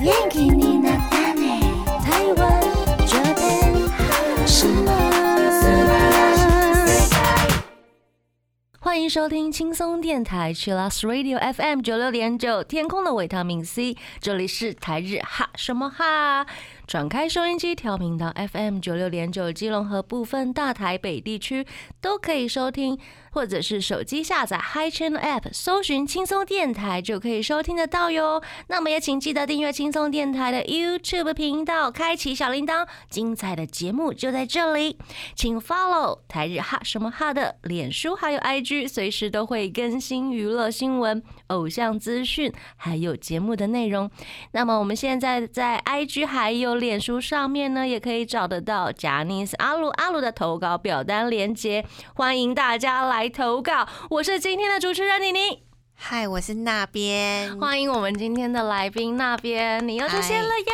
元気になったね台湾这边什么？欢迎收听轻松电台 c h i l l s Radio FM 九六点九，天空的维他命 C，这里是台日哈什么哈。转开收音机，调频道 FM 九六点九，基隆和部分大台北地区都可以收听，或者是手机下载 Hi Channel App，搜寻轻松电台就可以收听得到哟。那么也请记得订阅轻松电台的 YouTube 频道，开启小铃铛，精彩的节目就在这里。请 follow 台日哈什么哈的脸书还有 IG，随时都会更新娱乐新闻、偶像资讯，还有节目的内容。那么我们现在在 IG 还有脸书上面呢，也可以找得到贾尼斯阿鲁阿鲁的投稿表单连接，欢迎大家来投稿。我是今天的主持人妮妮，嗨，我是那边。欢迎我们今天的来宾那边，你又出现了耶，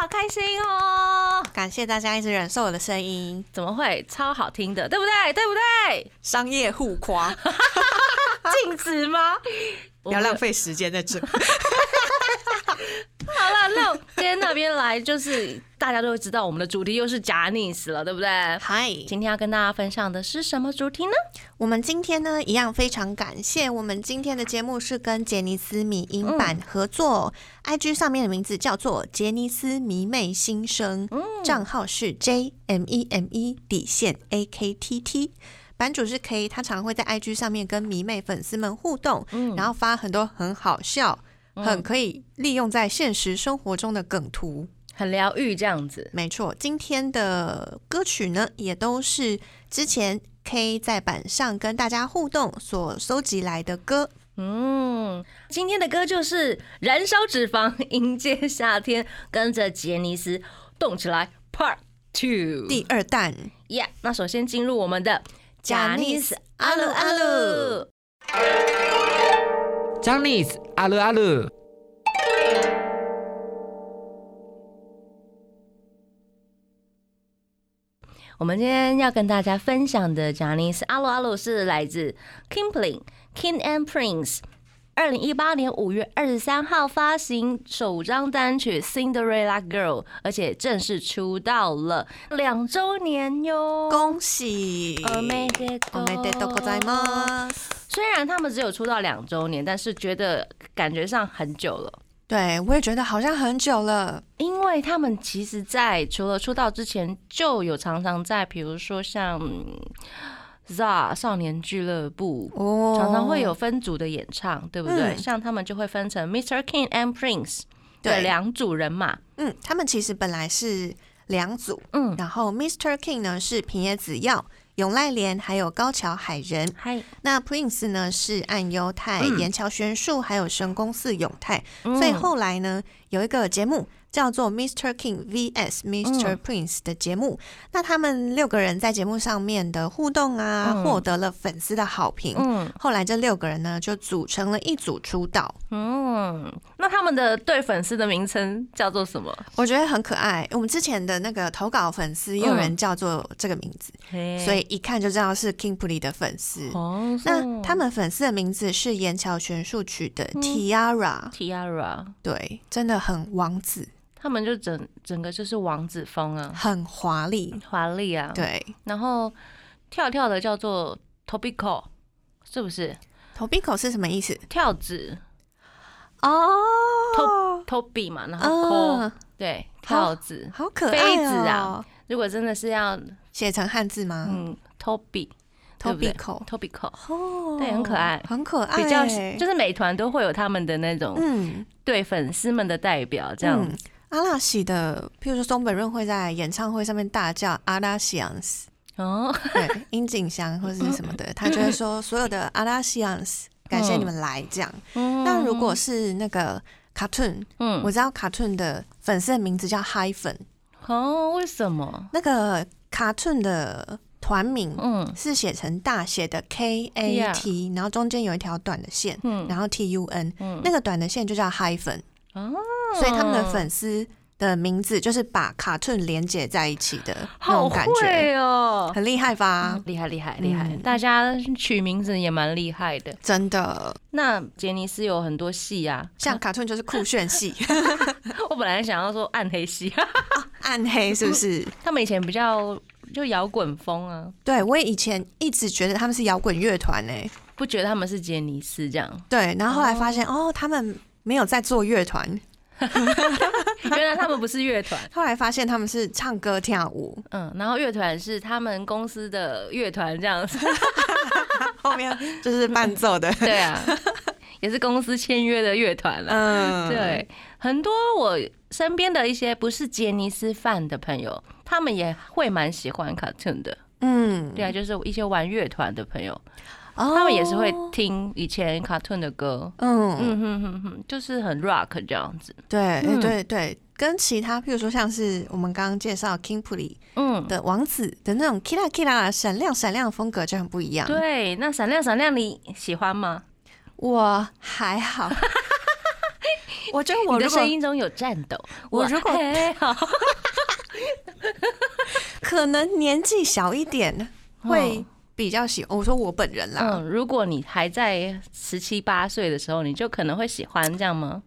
好开心哦！感谢大家一直忍受我的声音，怎么会超好听的，对不对？对不对？商业互 夸，禁止吗？不要浪费时间在这。好了，那今天那边来就是大家都会知道我们的主题又是假你死了，对不对？ 嗨，今天要跟大家分享的是什么主题呢？我们今天呢一样非常感谢，我们今天的节目是跟杰尼斯米音版合作、i g 上面的名字叫做杰尼斯迷妹新生，账号是 J M E M E 底线 A K T T。版主是 K，他常会在 IG 上面跟迷妹粉丝们互动，然后发很多很好笑、很可以利用在现实生活中的梗图。很疗愈这样子，没错，今天的歌曲呢，也都是之前 K 在板上跟大家互动所收集来的歌。嗯，今天的歌就是《燃烧脂肪，迎接夏天》，跟着杰尼斯动起来 Part Two。第二弹， Yeah，那首先进入我们的贾尼斯阿鲁阿鲁。ジャニーズあるある我们今天要跟大家分享的 j a n i c e 阿鲁阿鲁是来自 Kimpling King and Prince。二零一八年五月二十三号发行首张单曲《Cinderella Girl》，而且正式出道了两周年哟！恭喜！おめでおめでとうございます。虽然他们只有出道两周年，但是觉得感觉上很久了。对，我也觉得好像很久了。因为他们其实，在除了出道之前，就有常常在，比如说像嗯 ZA 少年俱乐部，哦常常会有分组的演唱，对不对？嗯像他们就会分成 Mr. King and Prince 的对两组人马，嗯，他们其实本来是两组，嗯，然后 Mr. King 呢是平野紫耀、永濑廉还有高桥海人，嗨，那 Prince 呢是岸优太、嗯岩桥玄树，还有神宫寺勇太，嗯所以后来呢有一个节目叫做 Mr. King vs Mr. 嗯 Prince 的节目，那他们六个人在节目上面的互动啊，嗯获得了粉丝的好评。嗯后来这六个人呢就组成了一组出道，嗯，那他们的对粉丝的名称叫做什么？我觉得很可爱。我们之前的那个投稿粉丝嗯也有人叫做这个名字，所所以一看就知道是 King p l y 的粉丝。哦，嗯那他们粉丝的名字是岩桥玄树取的 Tiara，、 Tiara，对，真的很王子，他们就整整个就是王子风啊，很华丽，华丽啊，对。然后跳跳的叫做 Topico，是不是？投币口是什么意思？跳子哦， Toby 嘛，然后 Co、嗯，对好跳子。好可妃爱子哦啊！如果真的是要写成汉字吗？嗯 Toby 对投币不对口 Topico，哦，哎对很可爱很可爱，比较就是每团都会有他们的那种嗯对粉丝们的代表这样。嗯阿拉西的，譬如说松本润会在演唱会上面大叫阿拉西昂斯，哦，对，樱井香或是什么的，他就 会说所有的阿拉西昂斯，感谢你们来这样。 那那如果是那个 Cartoon，嗯我知道 Cartoon 的粉丝的名字叫 Hi 粉，哦，为什么？那个 Cartoon 的团名嗯是写成大写的 K A T，、然后中间有一条短的线，嗯然后 T U N，、嗯那个短的线就叫 Hi 粉，哦，所以他们的粉丝的名字，就是把卡 a 连接在一起的那好种感觉，会哦，很厉害吧？厉害厉害厉害！嗯大家取名字也蛮厉害的。真的，那杰尼斯有很多戏啊，像卡 a 就是酷炫系， 我本来想要说暗黑系，啊暗黑是不 是？他们以前比较就摇滚风啊，对我以前一直觉得他们是摇滚乐团欸诶，不觉得他们是杰尼斯这 样。对，然后后来发现哦，他们没有在做乐团，原来他们不是乐团， 后来发现他们是唱歌跳 舞，嗯，然后乐团是他们公司的乐团这样子，，后面就是伴奏的 对啊，也是公司签约的乐团了。嗯，对，很多我身边的一些不是杰尼斯范的朋友，他们也会蛮喜欢 cartoon 的。嗯，对啊，就是一些玩乐团的朋友，哦他们也是会听以前 cartoon 的歌。嗯，嗯哼哼哼，就是很 rock 这样子。对，嗯对对对，跟其他，譬如说像是我们刚刚介绍 King p u l y 嗯，的王子的那种 kira kira 闪亮闪亮的风格就很不一样。，对。那闪亮闪亮，你喜欢吗？我还 好，我觉得我你的如果声音中有颤抖。我如果还好，可能年纪小一点会嗯比较喜，我说我本人啦，嗯，如果你还在十七八岁的时候，你就可能会喜欢这样吗？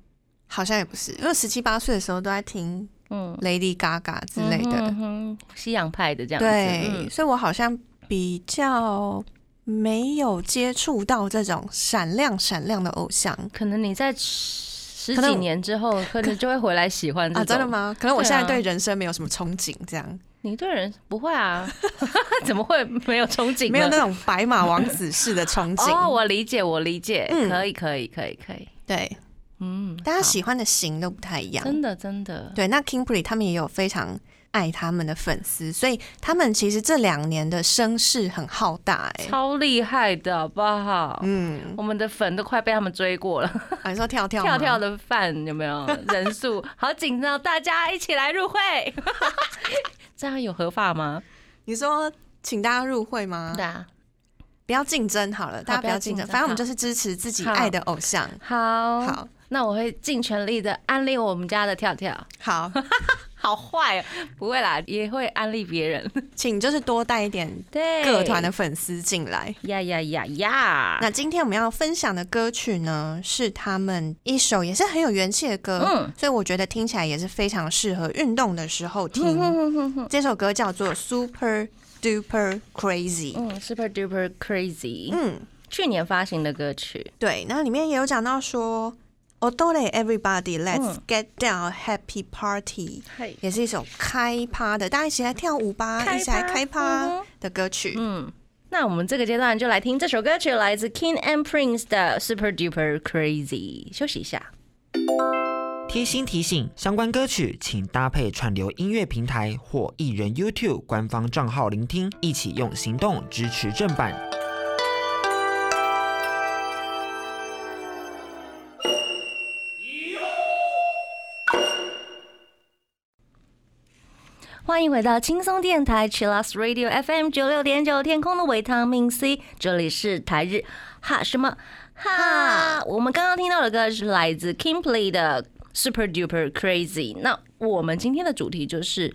好像也不是，因为十七八岁的时候都在听嗯 Lady Gaga 之类嗯的，哼嗯哼西洋派的这样子。对，嗯所以我好像比较没有接触到这种闪亮闪亮的偶像可能你在十可几能年之后，可能就会回来喜欢这啊，种。真的？吗？可能我对啊现在对人生没有什么憧憬，这样、你对人不会啊？ 怎么会没有憧憬呢？没有那种白马王子式的憧 憬。哦，我理解，我理解，嗯可以，可以，可以，可以。对，嗯，大家好喜欢的型都不太一样。真的真的，对，那 Kingplay 他们也有非常爱他们的粉丝，所以他们其实这两年的声势很浩大、欸，哎，超厉害的，好不好？嗯，我们的粉都快被他们追过了，啊你说跳 跳跳吗跳的饭有没 有人数？好紧张，大家一起来入会。 这样有合法吗？你说请大家入会吗？啊，不要竞争好了，大家不不要要竞竞争，争反正我好们就是支持自己好爱的偶像。好，好那我会尽全力的安利我们家的跳跳。好，好坏哦，不会啦，也会安利别人。 请就是多带一点对，各团的粉丝进来。呀呀呀呀，那今天我们要分享的歌曲呢，是他们一首也是很有元气的歌，嗯所以我觉得听起来也是非常适合运动的时候哼听。哼哼哼这首歌叫做《Super Duper Crazy》。嗯，Super Duper Crazy，嗯，去年发行的歌曲。对，那里面也有讲到说，Odole everybody let's 嗯 get down happy party，、嗨也是一首开趴的，大家一起来跳舞吧，一起来开趴嗯哼的歌曲。嗯，那我们这个阶段就来听这首歌曲，来自 King and Prince 的 Super Duper Crazy。休息一下。贴心提醒：相关歌曲请搭配串流音乐平台或艺人 YouTube 官方账号聆听，一起用行动支持正版。欢迎回到轻松电台 Chillus Radio FM 九六点九天空的维他命 C，这里是台日哈什么哈？我们刚刚听到的歌是来自 Kimpley 的 Super Duper Crazy。那我们今天的主题就是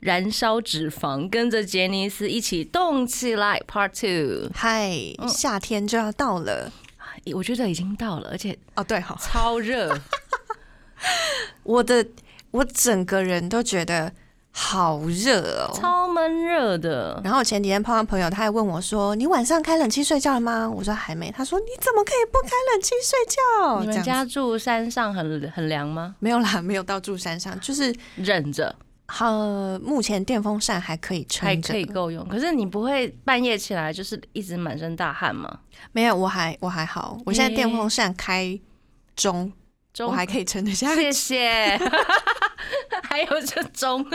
燃烧脂肪，跟着杰尼斯一起动起来 Part Two。嗨，嗯夏天就要到了我觉得已经到了，而 且哦，对哈，超热。我的我整个人都觉得好热哦。超闷热的。然后我前几天碰到朋友，他还问我说：“你晚上开冷气睡觉了吗？”我说：“还没。”他说：“你怎么可以不开冷气睡 觉？”你哦这们样家子住山上很很凉吗？没有啦，没有到住山上，就是忍着呃，目前电风扇还可以还撑着可。以够用，可是你不会半夜起来就是一直满身大汗吗？没有，我还我还好，我现在电风扇开中，我中 还可以撑得下谢谢， 还有这中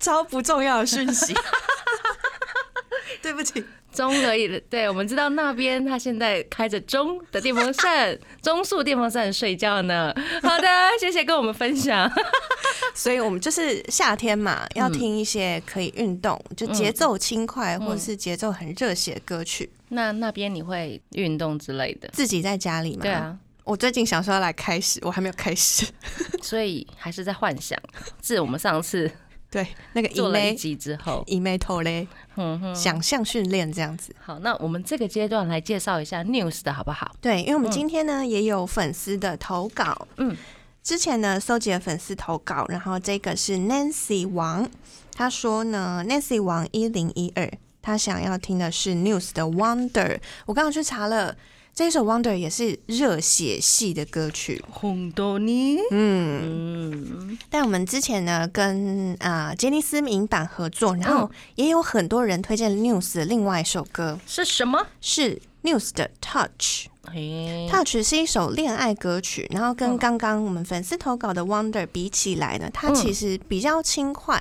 超不重要的讯 息。 对不起，中而已。对，我们知道那边他现在开着中的电风扇， 中速电风扇睡觉呢。好的，谢谢跟我们分享。所以我们就是夏天嘛，要听一些可以运动，就嗯节奏轻快或是节奏很热血的歌曲。嗯那那边你会运动之类的？自己在家里嘛， 对，啊，我最近想说要来开始，我还没有开始。 所以还是在幻想。自我们上 次对，那个以做了一妹集之后，以妹头嘞，嗯哼，想象训练这样子。好，那我们这个阶段来介绍一下 news 的好不好？对，因为我们今天呢也有粉丝的投稿，嗯，之前呢搜集了粉丝投稿，然后这个是 Nancy 王，他说呢 Nancy 王一零一二，他想要听的是 News 的 Wonder，我刚刚去查了。这首 Wonder 也是热血系的歌曲，红豆泥，嗯，嗯，但我们之前呢跟啊、呃杰尼斯民版合作，然后也有很多人推荐 News 的另外一首歌是什么？是 News 的 Touch。嘿 Touch 是一首恋爱歌曲，然嗯后跟刚刚我们粉丝投稿的 Wonder 比起来呢，它其实比较轻快，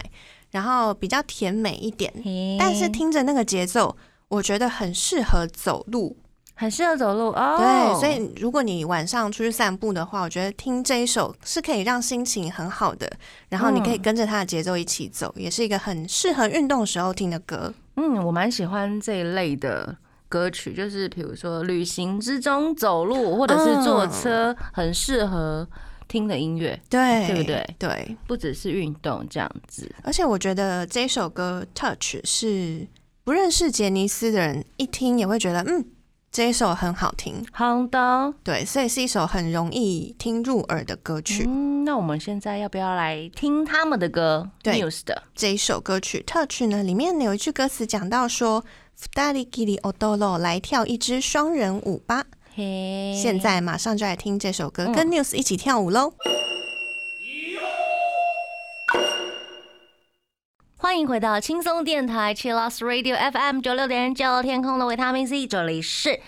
然后比较甜美一点，嘿但是听着那个节奏，我觉得很适合走路。很适合走路哦。对，所以如果你晚上出去散步的话，我觉得听这一首是可以让心情很好的，然后你嗯可以跟着它的节奏一起走，也是一个很适合运动时候听的歌。嗯，我蛮喜欢这一类的歌曲，就是比如说旅行之中走路，或者是坐车，很适合听的音乐，对，对不？对？对，不只是运动这样子，而且我觉得这首歌《Touch》是不认识杰尼斯的人一听也会觉得，嗯，这一首很好听。好的。对，所以是一首很容易听入耳的歌曲。嗯，那我们现在要不要来听他们的歌对？News 的，这一首歌曲《Touch》呢，里面有一句歌词讲到说 f t a r i k i r i o d o l o 来跳一支双人舞吧。嘿，现在马上就来听这首歌，哎嗯跟 News 一起跳舞喽。欢迎回到轻松电台 c h i l l o s Radio FM 九六点九天空的维他命 C，这里是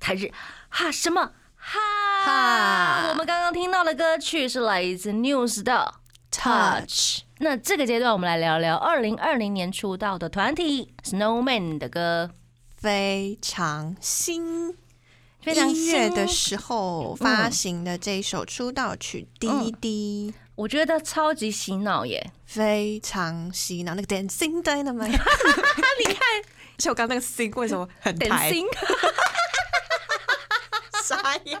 台日哈什么哈？哈我们刚刚听到的歌曲是来自 News 的 Touch。那这个阶段，我们来聊聊二零二零年出道的团体 Snowman 的歌，非常新，非常一月新哦的时候发行的这一首出道曲《嗯滴滴》。我觉得超级洗脑耶！非常洗脑，那个 Dancing Dynamite，你看， 而且我刚刚那个 sing 为什么很点抬？心傻眼，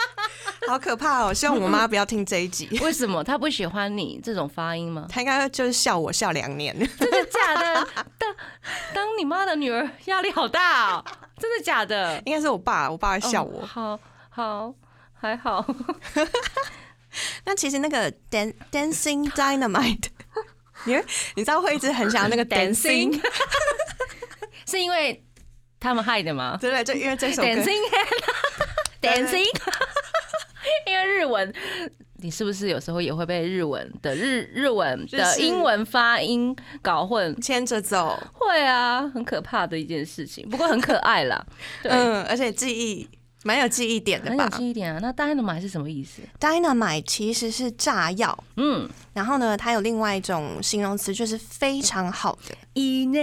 好可怕哦！希望我妈不要听这一集，为什么他不喜欢你这种发音吗？她应该就是笑我笑两 年。 真的假的？ 当当你妈的女儿压力好大、哦，真的假的？应该是我爸，我爸会笑我。哦好好，还好。 那其实那个 Dan Dancing Dynamite，你会你知道会一直很想 要那 个 Dancing，是因为他们害的吗对不对？就因为这首歌。 ？Dancing Dancing，因为日文，你是不是有时候也会被日文的日日文就的是英文发音搞混？牵着走，会啊，很可怕的一件事情，不过很可爱 啦。对，嗯，而且记忆蛮有记忆点的很有吧趣一点啊。那 dynamite 是什么意思？ ？Dynamite 其实是炸药，嗯，然后呢，它有另外一种形容词，就是非常好的 一呢，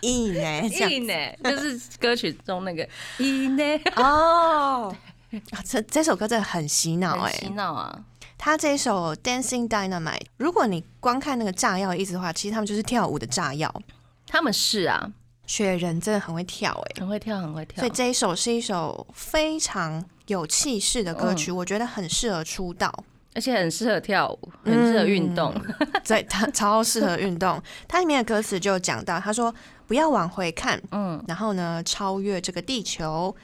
意呢，这 一样呢，就是歌曲中那个一呢，哦。啊这这首歌真的很洗脑很哎、洗脑啊。他这一首《Dancing Dynamite》，如果你光看那个炸药意思的话，其实他们就是跳舞的炸药。他们是啊，雪人真的很会跳哎、很会跳，很会跳。所以这一首是一首非常有气势的歌曲，我觉得很适合出道。而且很适合跳舞，很适合运动。对，它超适合运动。它里面的歌词就有讲到，他说不要往回看，嗯，然后呢，超越这个地球，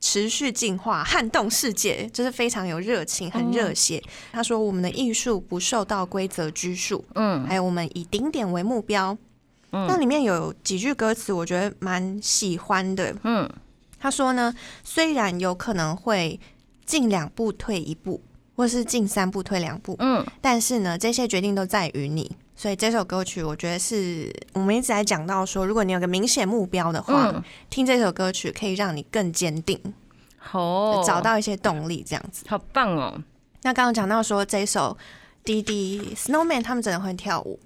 持续进化，撼动世界，就是非常有热情，很嗯热血。他说我们的艺术不受到规则拘束，嗯，还有我们以顶点为目标。嗯那里面有几句歌词，我觉得蛮喜欢的。嗯，他说呢，虽然有可能会进两步退一步，或是进三步退两步，嗯，但是呢，这些决定都在于你。所以这首歌曲，我觉得是我们一直在讲到说，如果你有个明显目标的话，嗯听这首歌曲可以让你更坚定，好、哦，找，到一些动力这样子。好棒哦！那刚刚讲到说这首滴滴 Snowman 他们真的会跳舞，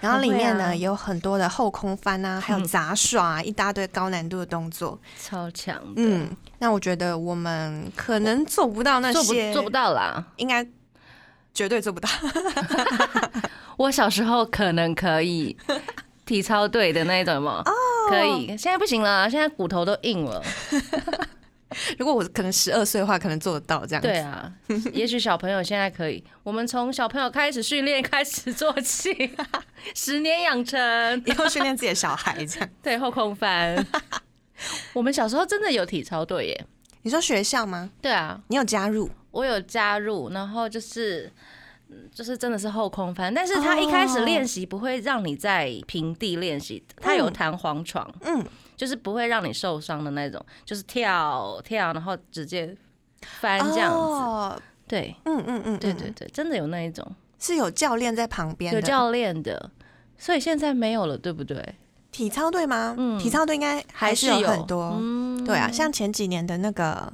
然后里面呢、很会啊有很多的后空翻啊，还有杂耍、啊，一大堆高难度的动作。超强的，嗯，那我觉得我们可能做不到那做不些，做不，到啦。应该绝对做不到。我小时候可能可以体哦操队的那一种嘛，可以，现在不行了，现在骨头都硬了。如果我可能十二岁的话，可能做得到这样子。对啊， 也许小朋友现在可以，我们从小朋友开始训练开始做起， 十年养成， 以后训练自己的小孩这样。对后空 翻。我们小时候真的有体操队耶，你说学校吗？对啊，你有加入？我有加入，然后就是。嗯就是真的是后空翻，但是他一开始练习不会让你在平地练习，他有弹簧床，嗯，就是不会让你受伤的那种，就是跳跳，然后直接翻这样子。哦、对嗯嗯嗯，对嗯对，对，真的有那一种是有教练在旁边有的。教练的，所以现在没有了，对不对？体操队吗？嗯体操队应该还是有还是有很多。嗯对啊，像前几年的那个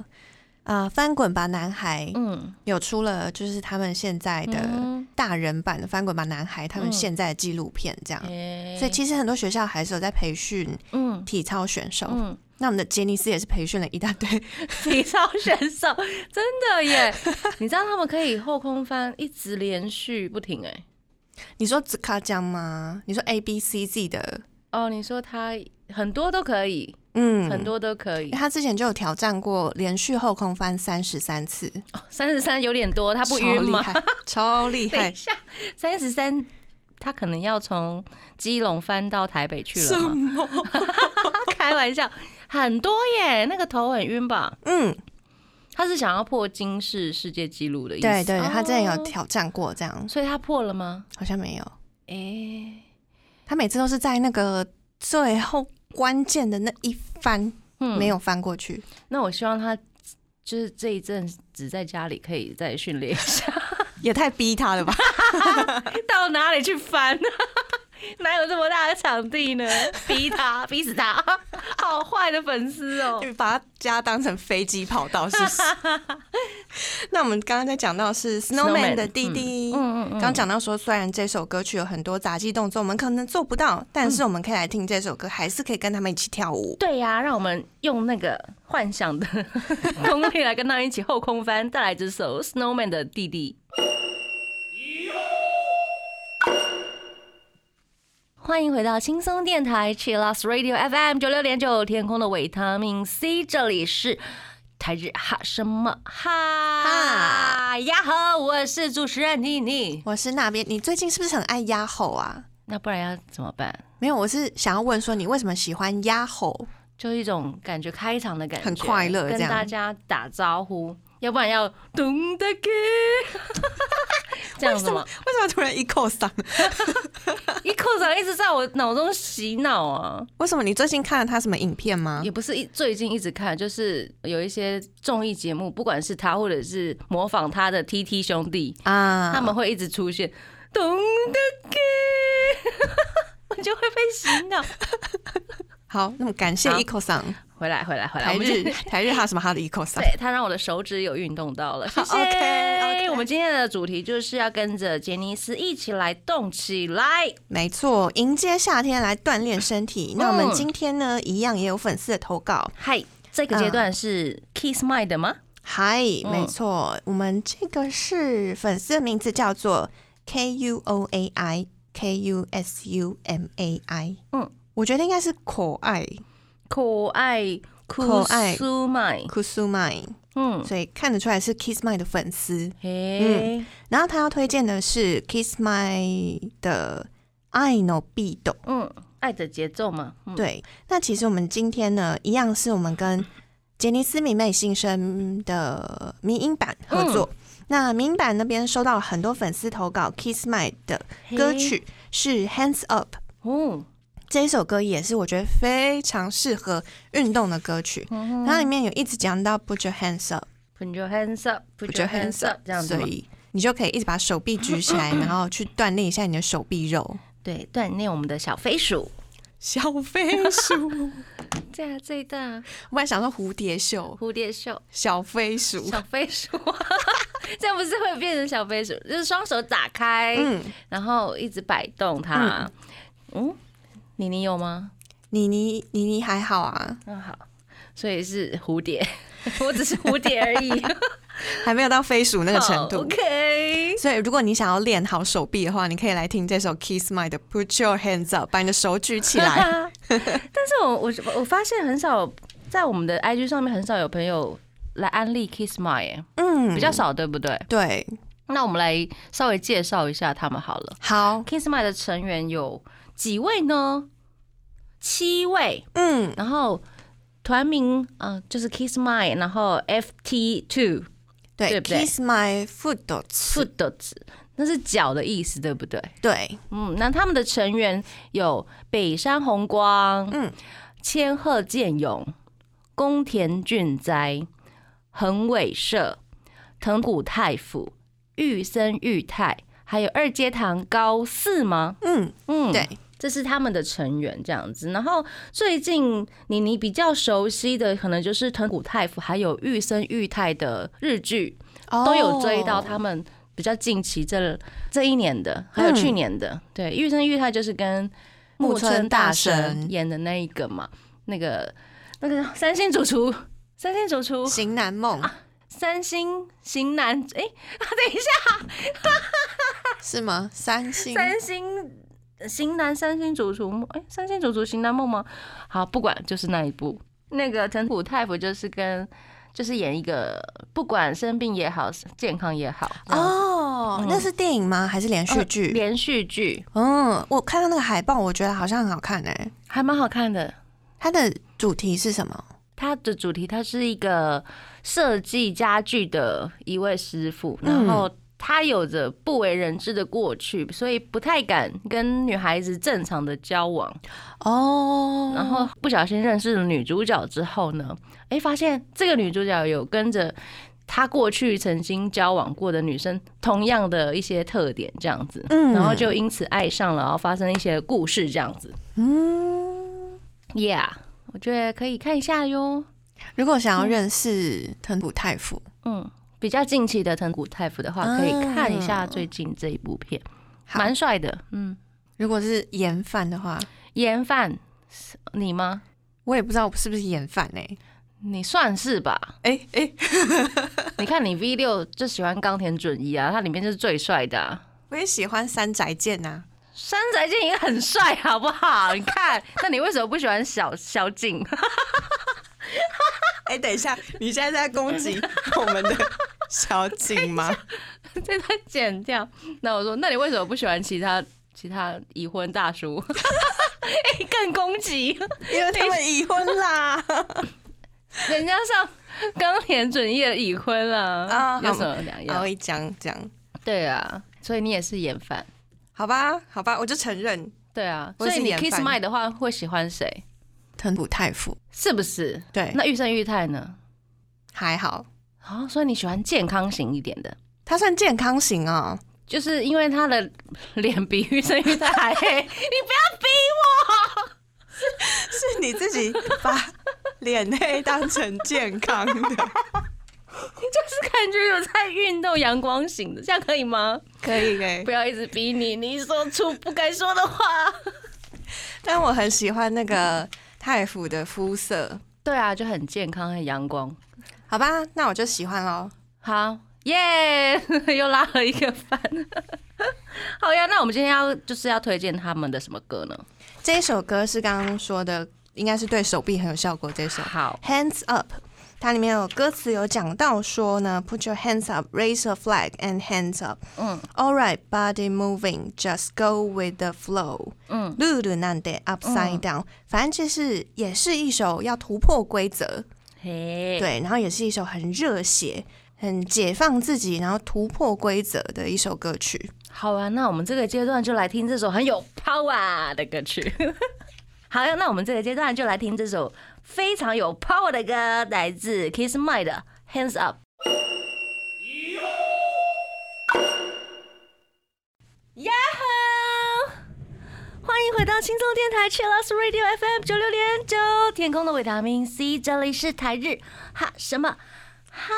呃翻滚吧男孩，嗯，有出了就是他们现在的嗯大人版的翻滚吧男孩，他们嗯现在的纪录片这样。诶嗯所以其实很多学校还是有在培训嗯 体操选手。嗯，那我们的杰尼斯也是培训了一大堆， 体操选手，真的耶！你知道他们可以后空翻一直连续不停哎、你说 z 卡江吗？你说 A B C Z 的，哦，你说他很多都可以，嗯很。多都可以因为。他之前就有挑战过连续后空翻三十三次，三十三有点多，他啊不超晕厉吗？害，超厉 等一害！下，三十三，他可能要从基隆翻到台北去了 吗？么？开玩笑，很多耶，那个头很晕吧？嗯，他是想要破金氏世界纪录的意思。对对，他之前有哦，挑战过，这样所以他破了吗？好像没有。哎、他每次都是在那个最后关键的那一翻嗯没有翻过去，那我希望他就是这一阵子在家里可以再训练一下，也太逼他了吧？ 到哪里去翻 啊？哪有这么大的场地呢？逼他，逼死他！ 好坏的粉丝哦、把他家当成飞机跑道是不是？那我们刚刚在讲到是 Snowman 的弟弟，嗯嗯刚讲到说，虽然这首歌曲有很多杂技动作，我们可能做不到，但是我们可以来听这首歌，还是可以跟他们一起跳舞。对呀、让我们用那个幻想的功力来跟他一起后空翻，带来这首 Snowman 的弟弟。欢迎回到轻松电台 Chillus Radio FM 九六点九天空的维他命 C，这里是台日哈什么哈哈呀呵，我是主持人妮妮。我是那边，你最近是不是很爱压吼啊？那不然要怎么办？没有，我是想要问说，你为什么喜欢压吼？就一种感觉开场的感觉，很快乐跟这样大家打招呼，要不然要咚的给，这样子吗？ 为什么突然一扣嗓？一扣长一直在我脑中洗脑啊，为什么你最近看了他什么影片吗也？不是一最近一直看，就是有一些综艺节目，不管是他或者是模仿他的 TT 兄弟，啊，他们会一直出现咚的给， 我就会被洗脑。好，那么感谢好 Eco 桑回来，回来，回来，台我们 日就台日哈什么哈的 Eco 桑，对，它让我的手指有运动到了，谢谢。好，OK，OK 我们今天的主题就是要跟着杰尼斯一起来动起来。没错，迎接夏天来锻炼身体。那我嗯们今天呢，一样也有粉丝的投稿，嗨，这个阶段是 Kiss My 的吗？嗨，嗯没错，我们这个是粉丝的名字叫做 K U O A I K U S U M A I，嗯，我觉得应该是可爱可爱，可爱 Kiss My， Kusumai，嗯，所以看得出来是 Kiss My 的粉丝。嘿，然后他要推荐的是 Kiss My 的爱 no 必懂。嗯，爱的节奏嘛，嗯，对，那其实我们今天呢，一样是我们跟杰尼斯迷妹新生的迷音版嗯合作。那迷音版那边收到了很多粉丝投稿，Kiss My 的歌曲是 Hands Up。哦，这一首歌也是我觉得非常适合运动的歌曲，嗯它里面有一直讲到 Put your hands up，Put ，Put your hands up，Put your your hands hands up， up，这样子所嘛，以你就可以一直把手臂举起 来，然后去锻炼一下你的手臂肉。对，锻炼我们的小飞鼠。小飞 鼠，对啊，最大我本来想说蝴蝶袖，蝴蝶袖，小飞鼠，小飞鼠， 这样不是会变成小飞鼠？就是双手打开，嗯，然后一直摆动它。嗯，妮妮有吗？妮妮妮妮还好啊，嗯，好，所以是蝴蝶， 我只是蝴蝶而 已，还没有到飞鼠那个程好度。 OK，所以，如果你想要练好手臂的话，你可以来听这首《Kiss My》的《Put Your Hands Up》，把你的手举起来。但是我我我发现很少在我们的 IG 上面很少有朋友来安利 Kiss My，耶嗯比较少，对不对？对，那我们来稍微介绍一下他们好了。好， Kiss My 的成员有几位呢？七位，嗯然后团名嗯、呃就是 Kiss My，然后 FT Two 对对不对 k i s s my foot， foot 的字，那是脚的意思，对不对？对，嗯，那他们的成员有北山红光、嗯千鹤健勇、宫田俊哉、横尾社、藤谷太辅、玉森裕太，还有二阶堂高四吗？嗯嗯，对，这是他们的成员这样子。然后最近妮妮比较熟悉的，可能就是藤谷太辅还有玉森裕太的日剧，都有追到他哦，们比较近期这这一年的，还有去年的。对，玉生玉太就是跟木村大神神演的那一个嘛，那个那个三星主厨，三星主厨，型男梦啊三星型男，哎、是吗？三星三星型男三星主厨，哎、三星主厨型男梦吗？好，不管，就是那一部。那个藤谷太辅就是跟就是演一个不管生病也好，健康也好，哦，哦嗯，呃那是电影吗？还是连续剧？连续剧嗯，我看到那个海报，我觉得好像很好看哎、还蛮好看的。它的主题是什么？它的主题，它是一个设计家具的一位师傅，嗯然后他有着不为人知的过去，所以不太敢跟女孩子正常的交往。哦，然后不小心认识了女主角之后呢，哎，发现这个女主角有跟着他过去曾经交往过的女生同样的一些特点，这样子，嗯然后就因此爱上了，然后发生一些故事这样子。嗯，Yeah，我觉得可以看一下哟。如果想要认识藤谷太辅，嗯，比较近期的藤谷太辅的话，可以看一下最近这一部片，啊好蛮帅的。嗯，如果是盐饭的话，盐饭是你吗？我也不知道我是不是盐饭哎、你算是吧？哎哎，你看你 V 六就喜欢冈田准一啊，他里面就是最帅的啊、我也喜欢山宅健啊呐、山宅健也很帅，好不好？你看， 那你为什么不喜欢小小景？哎、等一下，你现在在攻 击我们的小景吗？ 这段剪掉。那我说，那你为什么不喜欢其他其他已婚大叔？ 哎更攻击。因为他们已婚 啦。人家上冈田准一也已婚了啊有什么两然样后？一讲这样，对啊，所以你也是研犯。好吧，好吧，我就承认对啊，我所也是以你研 Kiss 犯 My 的话会喜欢谁？藤谷太辅是不是？对那玉生玉太呢？还好，好、所以你喜欢健康型一点的，他算健康型哦。就是因为他的脸比玉生玉太还黑。你不要逼我。是你自己把脸黑当成健康的，就是感觉有在运动阳光型的，这样可以吗？ 可以可以不。要一直逼你，你说出不该说的话。但我很喜欢那个太傅的肤色，对啊，就很健康，很阳光。好吧，那我就喜欢喽。好耶 又拉了一个饭。 好呀，那我们今天要就是要推荐他们的什么歌呢？这一首歌是刚刚说的，应该是对手臂很有效果。这首好， Hands Up，它里面有歌词有讲到说呢，Put your hands up, raise your flag and hands up. 嗯 All right, body moving, just go with the flow. 嗯，路路难得 upside down，、反正就是也是一首要突破规则，嘿，对，然后也是一首很热血、很解放自己，然后突破规则的一首歌曲。好啊，那我们这个阶段就来听这首很有 power 的歌曲。 好呀，那我们这个阶段就来听这首非常有 power 的歌，来自 Kiss My 的 Hands Up。呀吼！欢迎回到轻松电台 c h i l l s Radio FM 九六点九，天空的维他命 C，这里是台日哈什么哈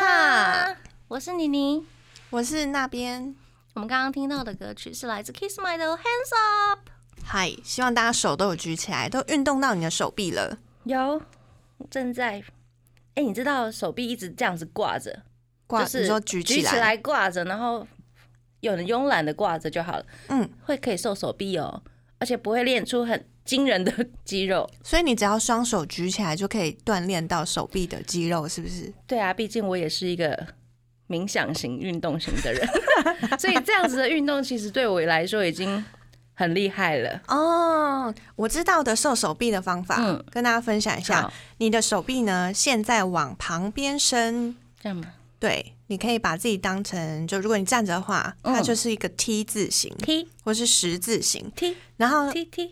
哈，我是妮妮。我是那边我们刚刚听到的歌曲是来自 Kiss My 的 Hands Up。嗨，希望大家手都有举起来，都运动到你的手臂了。有，正在。哎、你知道手臂一直这样子挂着，挂，就是你说举起起来，来挂着，然后有人慵懒的挂着就好了，嗯，会可以瘦手臂哦，而且不会练出很惊人的肌 肉。所以你只要双手举起来就可以锻炼到手臂的肌肉，是不是？对啊，毕竟我也是一个冥想型、运动型的 人， 所以这样子的运动其实对我来说已经很厉害了。哦，我知道的瘦手臂的方法，嗯跟大家分享一下好。你的手臂呢，现在往旁边伸，这样吗对，你可以把自己当成，就如果你站着的话，嗯它就是一个 T 字形、 ？T 或是十字形， T 然后 T T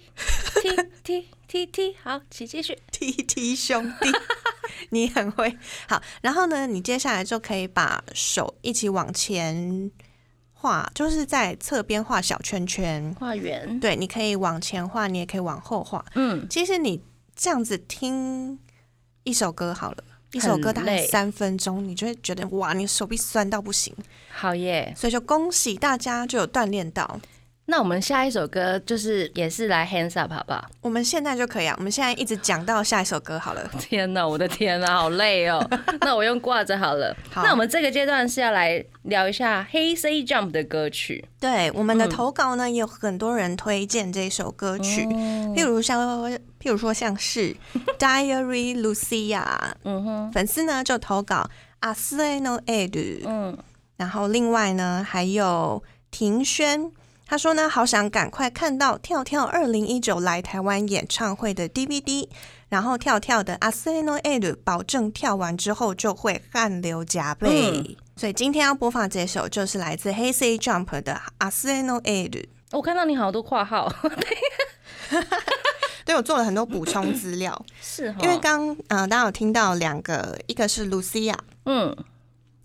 T T T T，好，请继续。 T T 兄弟， 你很会。好，然后呢，你接下来就可以把手一起往前画，就是在侧边画小圈圈。画圆，对，你可以往前画，你也可以往后画。嗯，其实你这样子听一首歌好了，一首很歌大概累三分钟，你就会觉得哇，你手臂酸到不行。好耶。所以就恭喜大家，就有锻炼到。那我们下一首歌就是也是来 hands up 好不好？ 我们现在就可以啊，我们现在一直讲到下一首歌好了。天哪，我的天哪，好累 哦。那我用挂着好了。好那我们这个阶段是要来聊一下黑 C Jump 的歌曲。对，我们的嗯投稿呢，也有很多人推荐这首歌曲。嗯譬如像，譬如说 像是 Diary Lucia，嗯哼，粉丝呢就投稿 a s e n o Ed，嗯，然后另外呢还有庭轩，他说呢好想赶快看到跳跳二零一九来台湾演唱会的 DVD，然后跳跳的 a s e n o Ed 保证跳完之后就会汗流浃背。嗯所以今天要播放这首就是来自 Hazy Jump 的 a s e n o Ed，我看到你好多括号，对我做了很多补充资料。是哈，因为刚呃，大家有听到两个，一个是 Lucia， 嗯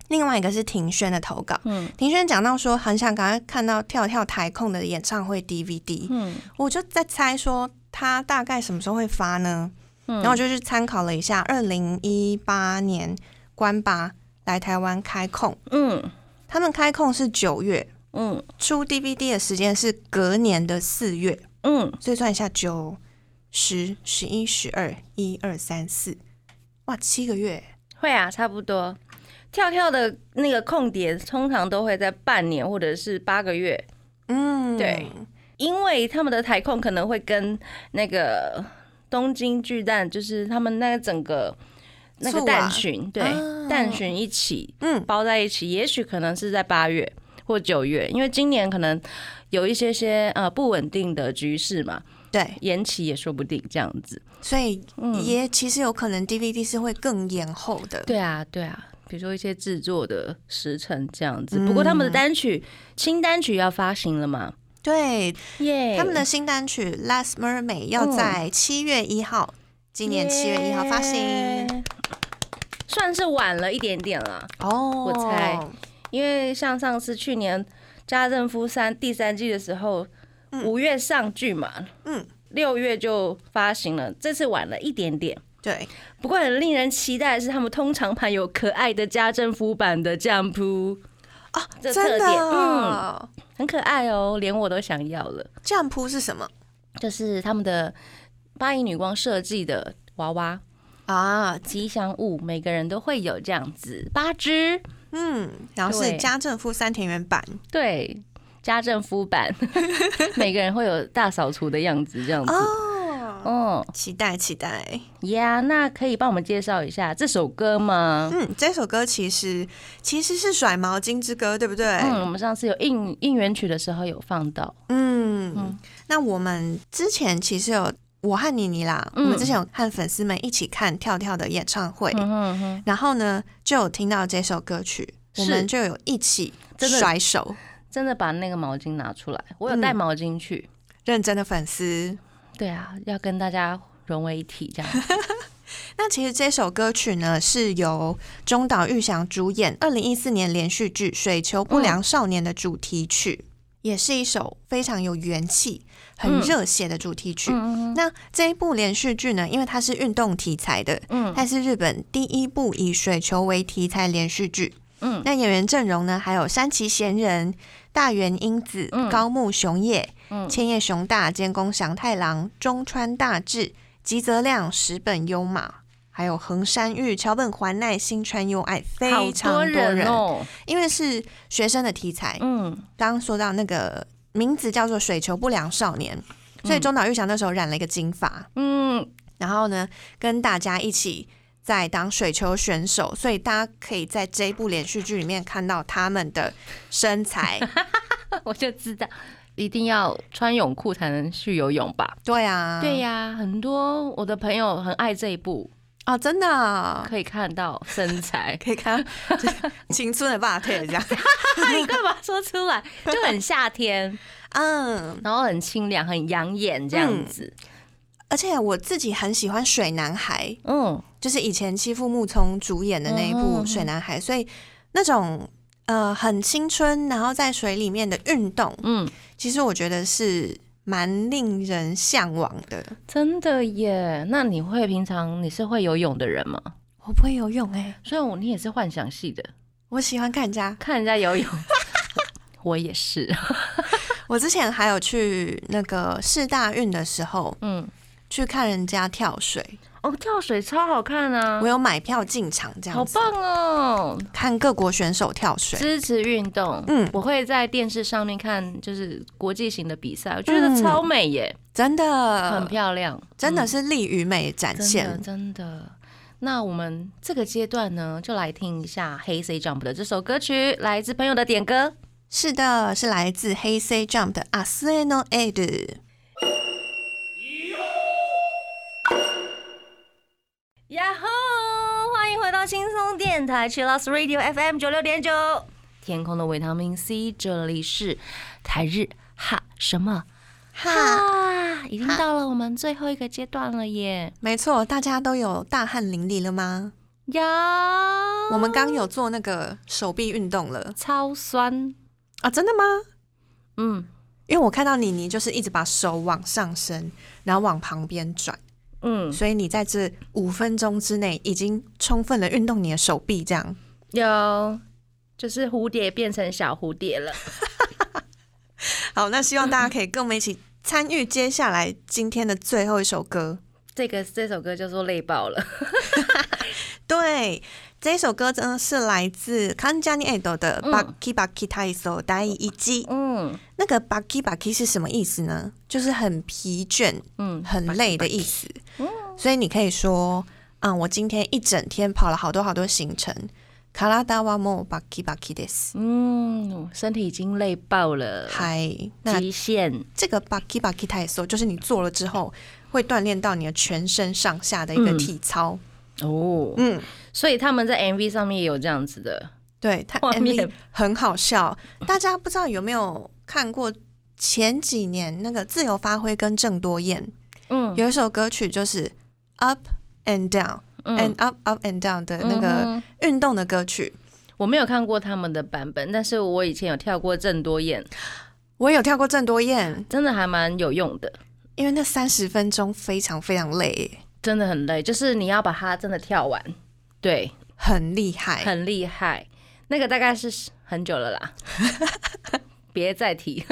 另外一个是庭轩的投稿。嗯庭轩讲到说，很想赶快看到跳跳台控的演唱会 DVD，、嗯我就在猜说他大概什么时候会发呢？嗯，然后我就去参考了一下，二零一八年关吧来台湾开控，嗯他们开控是九月，嗯出 DVD 的时间是隔年的四月，嗯，所以算一下九、十、十一、十二、一二三四，哇，七个月。会啊，差不多。跳跳的那个空碟通常都会在半年或者是八个月，嗯，对，因为他们的台控可能会跟那个东京巨蛋，就是他们那个整个那个醋啊蛋群，对、啊蛋群一起嗯，包在一起，也许可能是在八月或九月，因为今年可能有一些些呃不稳定的局势嘛，对，延期也说不定这样子。所以嗯，也其实有可能 DVD 是会更延后的。对啊，对啊。比如说一些制作的时辰这样子，不过他们的单曲新单曲要发行了嘛？对，耶、他们的新单曲《Last Mermaid》要在嗯七月一号，今年七月一号发行。耶，算是晚了一点点了，哦，我猜因为像上次去年《家政夫三》第三季的时候，嗯五月上剧嘛，嗯，六月就发行了，这次晚了一点点。对，不过很令人期待的是，他们通常盘有可爱的家政夫版的 Jump，哦，这真的特点嗯哦，很可爱哦，连我都想要了。这样铺是什么就是他们的八一女光设计的娃娃啊？吉祥物，每个人都会有这样子八只，嗯，然后是对家政夫三田园版对，家政夫版， 每个人会有大扫除的样子，这样子。哦，哦，期待期待。呀、那可以帮我们介绍一下这首歌吗？嗯，这首歌其实其实是甩毛巾之歌，对不对？嗯，我们上次有应应援曲的时候有放到，嗯嗯，那我们之前其实有我和妮妮啦，嗯我们之前有和粉丝们一起看跳跳的演唱会，嗯哼哼，然后呢就有听到这首歌曲，是我们就有一起真的甩手，真的把那个毛巾拿出来，我有嗯带毛巾去。认真的粉丝。对啊，要跟大家融为一体这样。那其实这首歌曲呢是由中岛裕翔主演二零一四年连续剧《水球不良少年》的主题曲。也是一首非常有元气、很嗯热血的主题曲。嗯嗯那这一部连续剧呢，因为它是运动题材的，嗯它是日本第一部以水球为题材连续剧。嗯那演员阵容呢，还有山崎贤人、大原英子、嗯高木雄也、嗯千叶雄大、监工祥太郎、中川大志、吉泽亮、石本优马。还有横山裕、桥本环奈、新川优爱， 非好常多多人，人哦。因为是学生的题材。嗯，刚刚说到那个名字叫做《水球不良少年》，嗯所以中岛裕翔那时候染了一个金发，嗯，然后呢跟大家一起在当水球选手，所以大家可以在这一部连续剧里面看到他们的身 材。嗯 我就知道，一定要穿泳裤才能去游泳吧？对啊，对、呀，很多我的朋友很爱这一部，哦，真的啊、可以看到身材 。可以看到就是青春的霸退这样。你干嘛说出来？就很夏天， 嗯，然后很清凉，很养眼这样子。而且我自己很喜欢水男孩，嗯，就是以前欺负木聪主演的那一嗯部嗯嗯《水男孩》，所以那种呃很青春，然后在水里面的运动，嗯，其实我觉得是蛮令人向往的。真的耶。那你会平常你是会游泳的人吗？我不会游泳哎、虽然我你也是幻想系的，我喜欢看人家。看人家游泳， 我也是。我之前还有去那个市大运的时候嗯，去看人家跳水，哦，跳水超好看啊我，有买票进场这好样子，棒哦！看各国选手跳水。支持运动，嗯我会在电视上面看，就是国际型的比赛，我觉得嗯超美耶，真的很漂亮，真的嗯是利于美展真的现。真的。那我们这个阶段呢，就来听一下《Hey Say Jump》的这首歌曲，来自朋友的点歌。是的，是来自黑 C Jump 的阿斯 n o Ed。呀吼！欢迎回到轻松电台 c h i l l s Radio FM 九六点九，天空的维他命 C，这里是台日哈什么哈，哈，已经到了我们最后一个阶段了耶！没错，大家都有大汗淋漓了吗？呀，我们刚有做那个手臂运动了超酸，啊，真的吗？嗯因为我看到你，你就是一直把手往上伸，然后往旁边转，嗯，所以你在这五分钟之内已经充分的运动你的手臂，这样有就是蝴蝶变成小蝴蝶了。好。那希望大家可以跟我们一起参与接下来今天的最后一首歌。这个这首歌叫做累爆了，对，这首歌真的是来自康佳尼爱豆的《嗯 Baki Baki Taiso》第一季。嗯那个 Baki Baki 是什么意思呢？就是很疲倦、嗯，很累的意思。所以你可以说，嗯，我今天一整天跑了好多好多行程。卡拉达瓦莫 Baki Baki des。嗯，身体已经累爆了，嗨，那极限，这个 Baki Baki Taiso 就是你做了之后会锻炼到你的全身上下的一个嗯体操。哦，嗯，所以他们在 MV 上面也有这样子的，对他画面 MV 很好笑，大家不知道有没有看过前几年那个自由发挥跟郑多燕嗯有一首歌曲就是 Up and Down、and Up Up and Down 的那个嗯嗯哼运动的歌曲，我没有看过他们的版本，但是我以前有跳过郑多燕，我有跳过郑多燕，真的还蛮有用的，因为那三十分钟非常非常累，真的很累，就是你要把它真的跳完，对，很厉害。很厉害，那个大概是很久了 啦，别再提，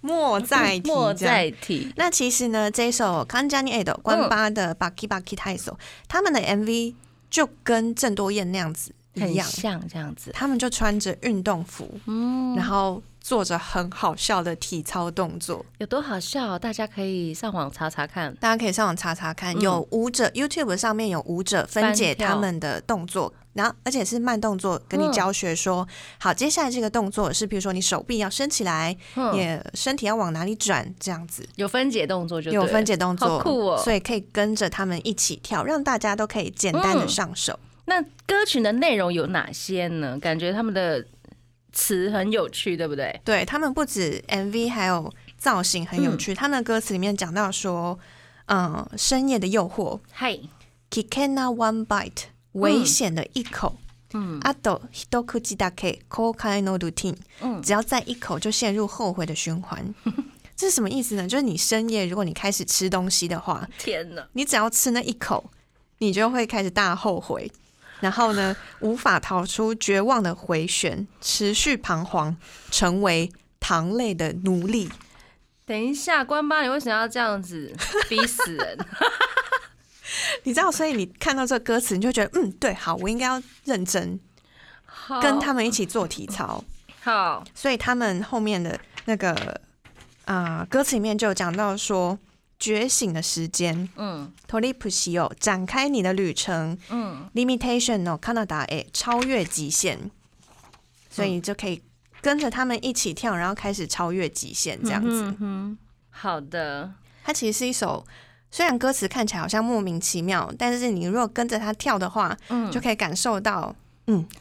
莫再提，莫。再提，那其实呢，这一首《康佳尼 A 的关八的《Baki Baki t a i s o 他们的 MV 就跟郑多燕那样子很一样，像这样子，他们就穿着运动服，嗯，然后做着很好笑的体操动作。有多好笑，大家可以上网查查看。大家可以上网查查看，嗯有舞者 YouTube 上面有舞者分解翻跳他们的动作，然后而且是慢动作跟你嗯教学说，好，接下来这个动作是，比如说你手臂要伸起来，嗯，也身体要往哪里转，这样子有分解动作就对了有分解动作，好酷哦所以可以跟着他们一起跳，让大家都可以简单的嗯上手。那歌曲的内容有哪些呢？感觉他们的词很有趣，对不对？对他们不止 MV，还有造型很嗯有趣。他们的歌词里面讲到说，嗯，深夜的诱惑嗨， ，kikena one bite，危险的一口。啊嗯阿斗 hitokuji d a k o k a no routine，嗯只要再一口就陷入后悔的 循环。这是什么意思呢？就是你深夜，如果你开始吃东西的话，天哪，你只要吃那一口，你就会开始大后悔，然后 呢，无法逃出绝望的回旋，持续彷徨，成为糖类的奴隶。等一下，关八，你为什么要这样 子逼死人？你知道，所以你看到这个歌词，你就觉得，嗯，对，好，我应该要认真好哦跟他们一起做体操。好，所以他们后面的那个啊、歌词里面就有讲到说，觉醒的时间嗯 t o r i p u s i o 展开你的旅程嗯， ，limitation no Canada 哎，超越极限，所以你就可以跟着他们一起跳，然后开始超越极限这样子。嗯哼，好的，它其实是一首，虽然歌词看起来好像莫名其妙，但是你如果跟着它跳的话，嗯，就可以感受到，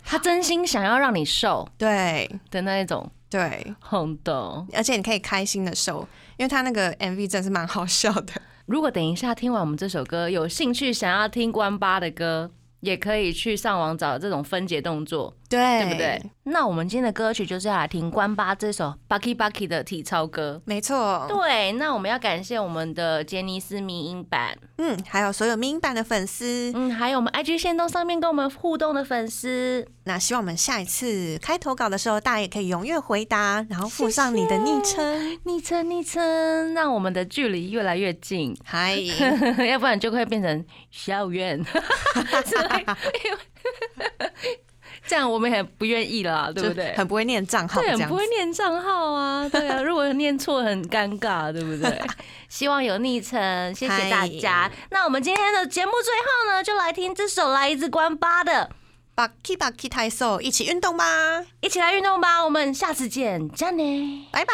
他真心想要让你瘦对的那一种对，红豆。而且你可以开心的受，因为它那个 MV 真是蛮好笑的。如果等一下听完我们这首歌，有兴趣想要听关八的歌，也可以去上网找这种分解动作，对对不对？？那我们今天的歌曲就是要来听关八这首 Bucky Bucky 的体操歌。没错，对，那我们要感谢我们的杰尼斯迷音版，嗯，还有所有民版的粉丝，嗯，还有我们 IG 线动上面跟我们互动的粉丝，那希望我们下一次开投稿的时候，大家也可以踊跃回答，然后附上你的昵称。昵称昵称，让我们的距离越来越近， 嗨，要不然就会变成校园， 之类 因为这样我们也不愿意啦，对不对就？很不会念账号，对，这很样不会子念账号啊，对啊，如果念错很尴尬，对不对？ 希望有昵称，谢谢大家。那我们今天的节目最后呢，就来听这首来自关八的把 keep 把 keep 抬手，一起运动吧， 《一起来运动吧》，我们下次见，加内。拜拜。